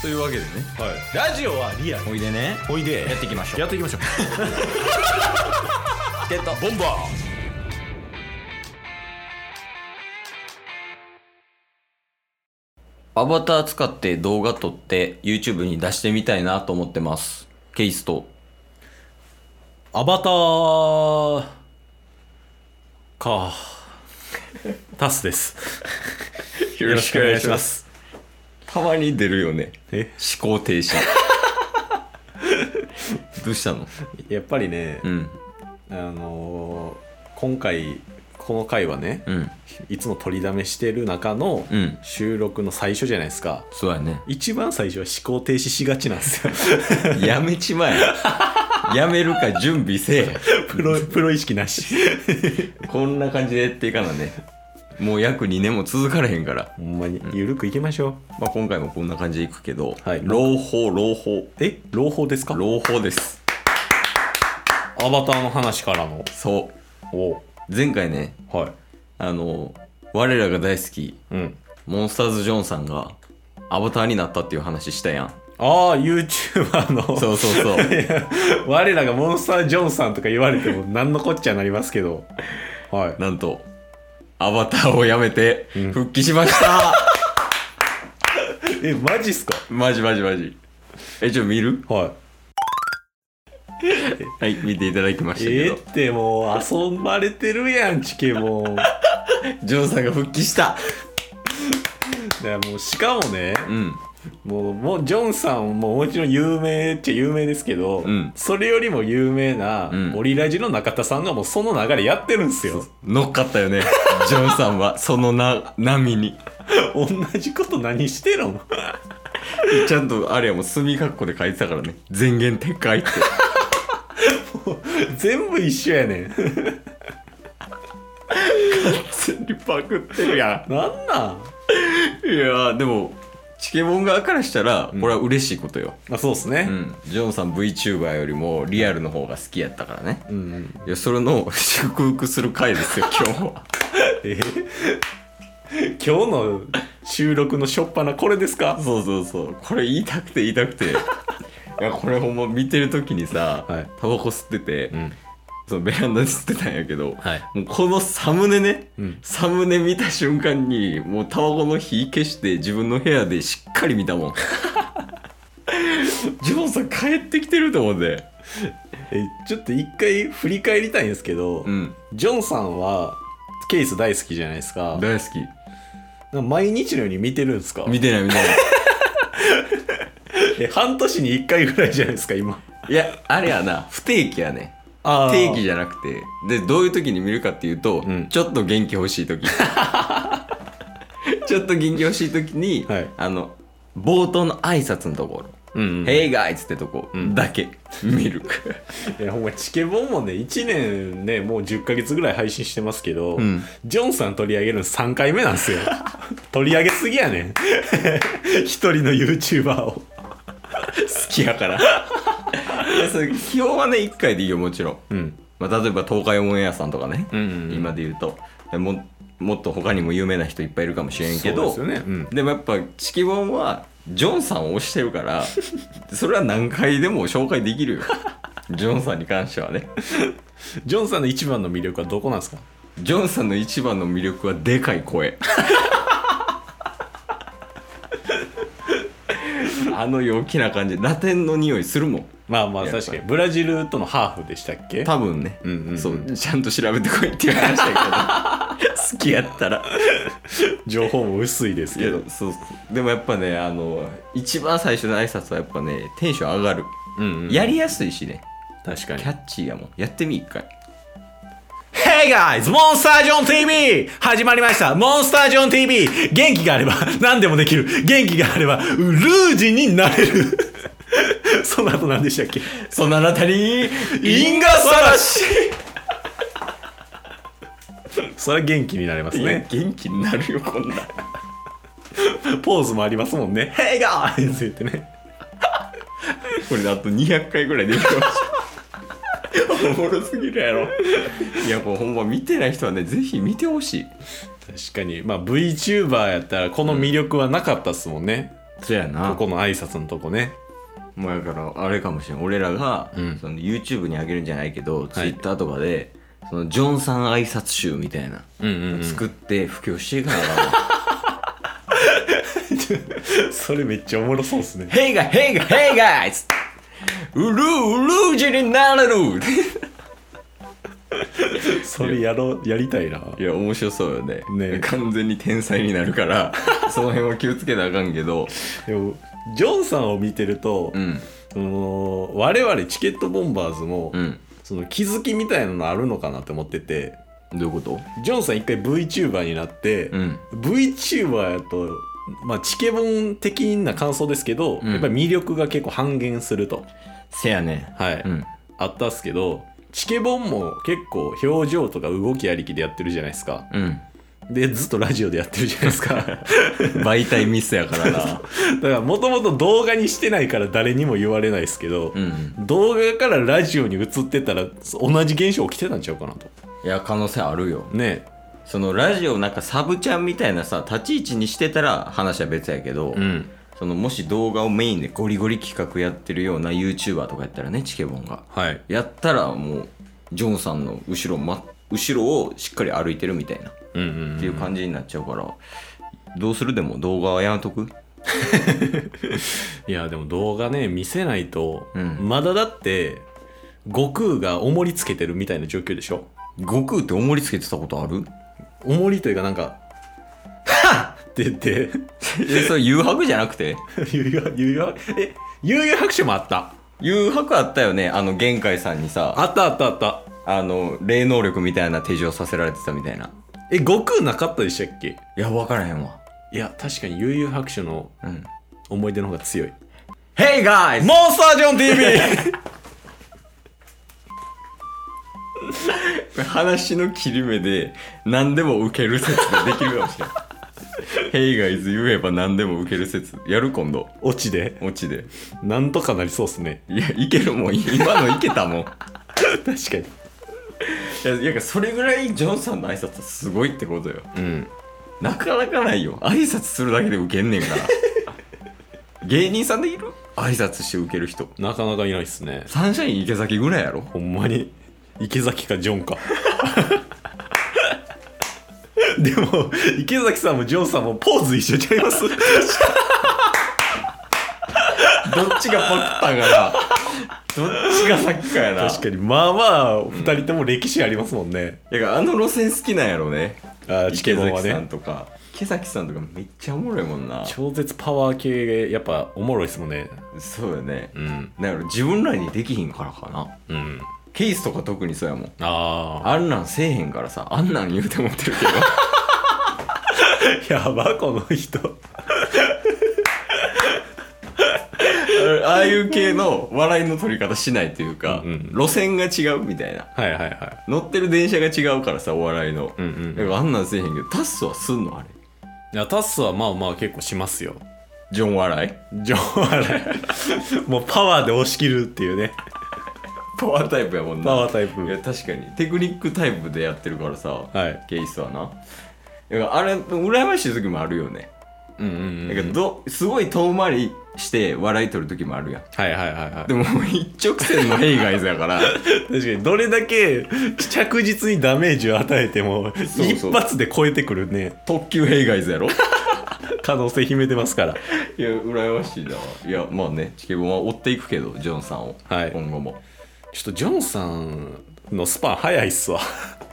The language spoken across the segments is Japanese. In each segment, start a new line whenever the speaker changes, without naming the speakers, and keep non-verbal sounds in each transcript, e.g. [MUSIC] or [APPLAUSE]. というわけでね
はい、ラジオはリアル
おいでね
おいで
やっていきましょう
やっていきましょう
ってた
ボンバ
アバター使って動画撮って YouTube に出してみたいなと思ってますケイスと
ーアバターかタスですよろしくお願いします
たまに出るよね
え
思考停 [LAUGHS] 止どうしたの
やっぱりね、
うん
あのー今回この回はね、
うん
いつも取りだめしてる中の
うん
収録の最初じゃないですか、
そうや [LAUGHS] ね
一番最初は思考停止しがちなんですよ [LAUGHS]
やめちまえやめるか準備せえ
プロプロ意識なし
こんな感じでやっていかなねもう約2年も続かれへんから、
ほんまにゆるくいきましょ
まあ、今回もこんな感じでいくけど、
はい
朗報朗報
うえ朗報ですか
朗報です
アバターの話からの
そ
お
う前回ね
はい
あの我らが大好き
うん
モンスターズ・ジョンさんがアバターになったっていう話したやん
ああ YouTuber の
そうそうそう
[LAUGHS] 我らがモンスター・ジョンさんとか言われても何のこっちゃなりますけどはい
[LAUGHS] なんとアバターをやめて
うん
復帰しました、
えマジっすか
マジマジマジえちょ見る
はい
はい見ていただきましたけ
え
ど
ー、ってもう遊ばれてるやんチケも [LAUGHS] うだか
ジョンさんが復帰した
らもうしかもね
うん
もうもうジョンさんももちろん有名っちゃ有名ですけど、
うん
それよりも有名な
うん
オリラジの中田さんがもうその流れやってるんですよ、
乗っかったよねジョンさんはそのな波に
同じこと何してるの [LAUGHS]
ちゃんとあれやもう墨括弧で書いてたからね全言撤回って
全部一緒やねん
パクってるや
なんなん
んいやーでもチケボン側からしたら、これは嬉しいことよ
あそうですね、
うん、ジョンさん VTuber よりもリアルの方が好きやったからね
うん、
いやそれの祝福する回 [LAUGHS] ですよ今日は
え今日の収録の初っ端これですか
そうそうそうこれ言いたくて言いたくていやこれほんま見てる時にさ、
はい
タバコ吸ってて、
ん
そのベランダで吸ってたんやけど、
はい
もうこのサムネね、
うん
サムネ見た瞬間にもうタバコの火消して自分の部屋でしっかり見たも
[LAUGHS]
んジョンさん帰ってきてると思って
えちょっと一回振り返りたいんですけど、
うん
ジョンさんはケース大好きじゃないですか
大好き
なんか毎日のように見てるんですか
見てない見てない
え半年に1回ぐらいじゃないですか今
いや、あれやな、不定期やね。
あ
定期
じ
じゃなくて。で、どういう時に見るかっていうと、
うん
ちょっと元気欲しい
[LAUGHS]
時。ちょっと元気欲しい時に、
はい
あの、冒頭の挨拶のところ、
ゃうん、うん、
Hey guys! ってとこ
うん
だけ見る。
いやほんまチケボンもね1年ねもう10ヶ月ぐらい配信してますけど、
うん
ジョンさん取り上げるの3回目なん [LAUGHS] ですよ取り上げすぎや [LAUGHS] ねん一人の YouTuber を
好きやから。 [LAUGHS] いやそれ基本はね、1回でいいよ、もちろん。
うん
まあ、例えば東海オンエアさんとかね、
うんうんうん
今で言うとでももっと他にも有名な人いっぱいいるかもしれんけど
そうですよねうん
でもやっぱチキボンはジョンさんを推してるから
[LAUGHS]
それは何回でも紹介できるよジョンさんに関してはね
ジョンさんの一番の魅力はどこなんですか
ジョンさんの一番の魅力はでかい
[LAUGHS]
声あの陽気な感じラテンの匂いするもん
まあまあ
やっぱり
確かにブラジルとのハーフでしたっけ
多分ね、
うんうんうん
そうちゃんと調べてこいっていう話だけ [LAUGHS] ど好きやったら
情報も薄いです
い
け
や
ど
そうそうでもやっぱねあの一番最初の挨拶はやっぱねテンション上がる、
うん
やりやすいしね
確か
キ
に
ャッチーやもんやってみ一回
Hey guys! モンスタージョン TV! 始まりましたモンスタージョン TV! 元気があれば何でもできる元気があればルージになれる [LAUGHS] その後何でしたっけ
そんなあなたに
因果晒しそれは元気になれます
いや
ね。
元気になるよこんなん
ポーズもありますもんね。Hey guys! って言ってね。
これあと200回ぐらいできました [LAUGHS] おもろすぎるやろいやもうほんま見てない人はねぜひ見てほしい
確かに、まあ VTuber やったらこの魅力はなかったっすもんね。
そうやな
ここの挨拶のとこね
もうだからあれかもしれん俺らが、
うん
その YouTube に上げるんじゃないけど、Twitter とかでそのジョンさん挨拶集みたいな、
うんうん、うん、
作って布教していかなあ [LAUGHS] かんわ
[LAUGHS] それめっちゃおもろそうっすね
ヘイガヘイガヘイガイズうるうるうじになれる [LAUGHS]
それやろうやりたいない
や面白そうよね
ね
完全に天才になるから [LAUGHS] その辺は気をつけなあかんけど
でもジョンさんを見てると、
うん
その我々チケットボンバーズも、
うん
その気づきみたいなのあるのかなって思ってて
どういうこと
ジョンさん一回 VTuber になって、
うん
VTuber やと、まあ、チケボン的な感想ですけど、
うん
やっぱり魅力が結構半減すると、
せやね
はい
うん
あったっすけどチケボンも結構表情とか動きありきでやってるじゃないですか
うん
でずっとラジオでやってるじゃないで
[LAUGHS]
すかだか
媒体ミスやから [LAUGHS] な
らもともと動画にしてないから誰にも言われないですけど、
うん
動画からラジオに移ってたら同じ現象起きてたんちゃうかなと
いや可能性あるよ
ね
そのラジオなんかサブちゃんみたいなさ立ち位置にしてたら話は別やけど、
ん
そのもし動画をメインでゴリゴリ企画やってるような YouTuber とかやったらねチケボンが
はい
やったらもうジョンさんの後ろ,、ま、後ろをしっかり歩いてるみたいなっ
うんうん
ていう感じになっちゃうから、どうするでも動画はやめとく
いやでも動画ね見せないと、
うん
まだだって悟空が重りつけてるみたいな状況でしょ
悟空って重りつけてたことある [LAUGHS]
重りというかなんか [LAUGHS] 「はっ!」って言って
えそれ誘白じゃなくて
[LAUGHS] 悠々悠々え悠々拍手もあった
誘白あったよねあの玄海さんにさ
あったあったあった
あの霊能力みたいな手錠させられてたみたいな
え悟空なかったでしたっけ
いや分からへんわ
いや確かに悠々拍手の
うん
思い出の方が強い
Hey guys!
モンスタージョン TV!
[LAUGHS] 話の切り目で何でも受ける説ができるかもしれない。Hey guys 言えば何でも受ける説。やる今度。
オチで
オチで。
なんとかなりそうっすね [LAUGHS]
いや、いけるもん。今のいけたもん。い
確かに
や、いやそれぐらいジョンさんの挨拶はすごいってことよ。
うん
なかなかないよ。挨拶するだけで受けんねん [LAUGHS] から。芸人さんでいる挨拶して受ける人。
なかなかいないっすね
サンシャイン池崎ぐらいやろ
ほんまに池崎かジョンか [LAUGHS] でも池崎さんもジョンさんもポーズ一緒ちゃいます
ど
[LAUGHS]
っちがパクったんかなどっちが先かやな。
確かにまあまあ2人とも歴史ありますもんね、
だからあの路線好きなんやろね。
あーチケ
池
ボンは
崎さん
ね
とか池崎さんとかめっちゃおもろいもんな
超絶パワー系やっぱおもろいっすもんね
そうよね
うん
だから自分らにできひんからかな
うん
ケースとか特にそうやもん
あ
あんなんせえへんからさあんなん言うて思ってるけど
[LAUGHS] あやばこの人
ああいう系の笑いの取り方しないというか、
うんうん
路線が違うみたいな
はいはいはい
乗ってる電車が違うからさお笑いの、
うんうん
だからあんなんせえへんけどタッスはすんのあれ
いやタッスはまあまあ結構しますよ
ジョン笑い
ジョンはねもうパワーで押し切るっていうね
パワータイプやもんな
パワータイプ
いや確かにテクニックタイプでやってるからさ、
はい
ケースはなだからあれ羨ましい時もあるよね
うんうん
だけどどすごい遠回りして笑い取る時もあるやん
はいはいはいはい
でも一直線の「ヘイガイズ」や
[LAUGHS]
から
確かにどれだけ着実にダメージを与えても
そう
一発で超えてくるね
特急「ヘイガイズ」やろい
可能性秘めてますから
や羨ましいだわいやまあねチケボンは追っていくけどジョンさんを、
はい
今後も
ちょっとジョンさんのスパン早いっすわ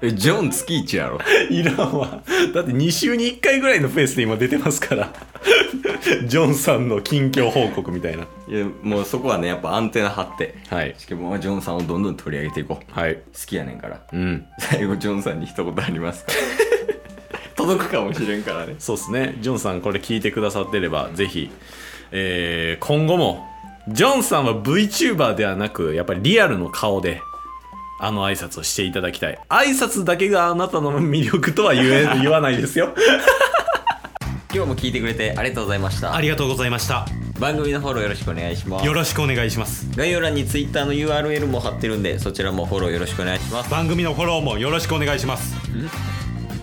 えジョン月1やろ
[LAUGHS] いらんわだって2週に1回ぐらいのペースで今出てますから [LAUGHS] ジョンさんの近況報告みたいない
やもうそこはねやっぱアンテナ張って
はい
チケボンはジョンさんをどんどん取り上げていこう好
はい
きやねんから
うん
最後ジョンさんに一言あります [LAUGHS] か届くかもしれんからね
そうですねジョンさんこれ聞いてくださってればぜひ、えー今後もジョンさんは VTuber ではなくやっぱりリアルの顔であの挨拶をしていただきたい挨拶だけがあなたの魅力とは言え [LAUGHS] 言わないですよ
今日も聞いてくれてありがとうございました
りがとうございました
番組のフォローよろしくお願いします
ろしくお願いします
概要欄に Twitter の URL も貼ってるんでそちらもフォローよろしくお願いします
番組のフォローもよろしくお願いします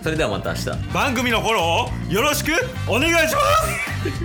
それではまた明日
番組のフォローをよろしくお願いします